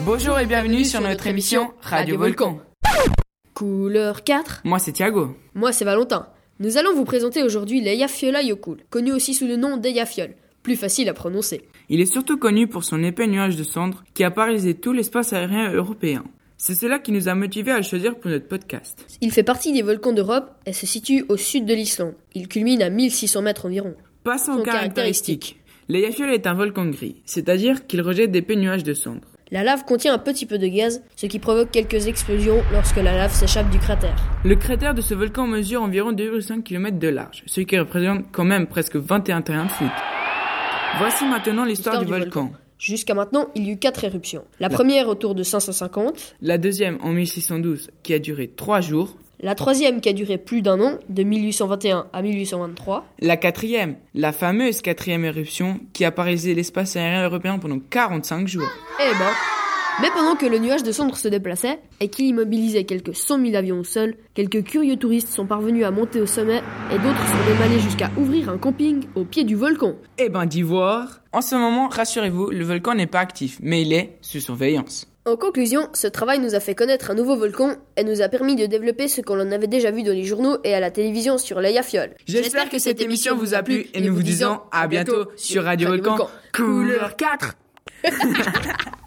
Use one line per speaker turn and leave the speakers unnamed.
Bonjour et bienvenue sur notre émission Radio Volcan.
Couleur 4,
Moi c'est Thiago.
moi c'est Valentin. Nous allons vous présenter aujourd'hui Leia Fiola Yokul, connue aussi sous le nom d'Eya Fiol, plus facile à prononcer.
Il est surtout connu pour son épais nuage de cendres qui a paralysé tout l'espace aérien européen. C'est cela qui nous a motivés à le choisir pour notre podcast.
Il fait partie des volcans d'Europe et se situe au sud de l'Islande. Il culmine à 1600 mètres environ.
Passons aux
Son
caractéristiques. Le Yafiol est un volcan gris, c'est-à-dire qu'il rejette d'épais nuages de cendres.
La lave contient un petit peu de gaz, ce qui provoque quelques explosions lorsque la lave s'échappe du cratère.
Le cratère de ce volcan mesure environ 2,5 km de large, ce qui représente quand même presque 21 terrains de foot. Voici maintenant l'histoire
Histoire
du,
du
volcan.
Jusqu'à maintenant, il y eut quatre éruptions. La première autour de 550,
La deuxième en 1612 qui a duré 3 jours.
la troisième qui a duré plus d'un an, de 1821 à 1823,
La quatrième, la fameuse quatrième éruption qui a paralysé l'espace aérien européen pendant 45 jours.
Eh ben. Mais pendant que le nuage de cendres se déplaçait et qu'il immobilisait quelques 100 000 avions au sol, quelques curieux touristes sont parvenus à monter au sommet et d'autres sont même allés jusqu'à ouvrir un camping au pied du volcan.
Eh ben d'ivoire En ce moment, rassurez-vous, le volcan n'est pas actif, mais il est sous surveillance.
En conclusion, ce travail nous a fait connaître un nouveau volcan et nous a permis de développer ce qu'on en avait déjà vu dans les journaux et à la télévision sur l'Eia Fiol.
J'espère que cette émission vous a plu et nous vous disons à bientôt sur Radio Volcan, couleur 4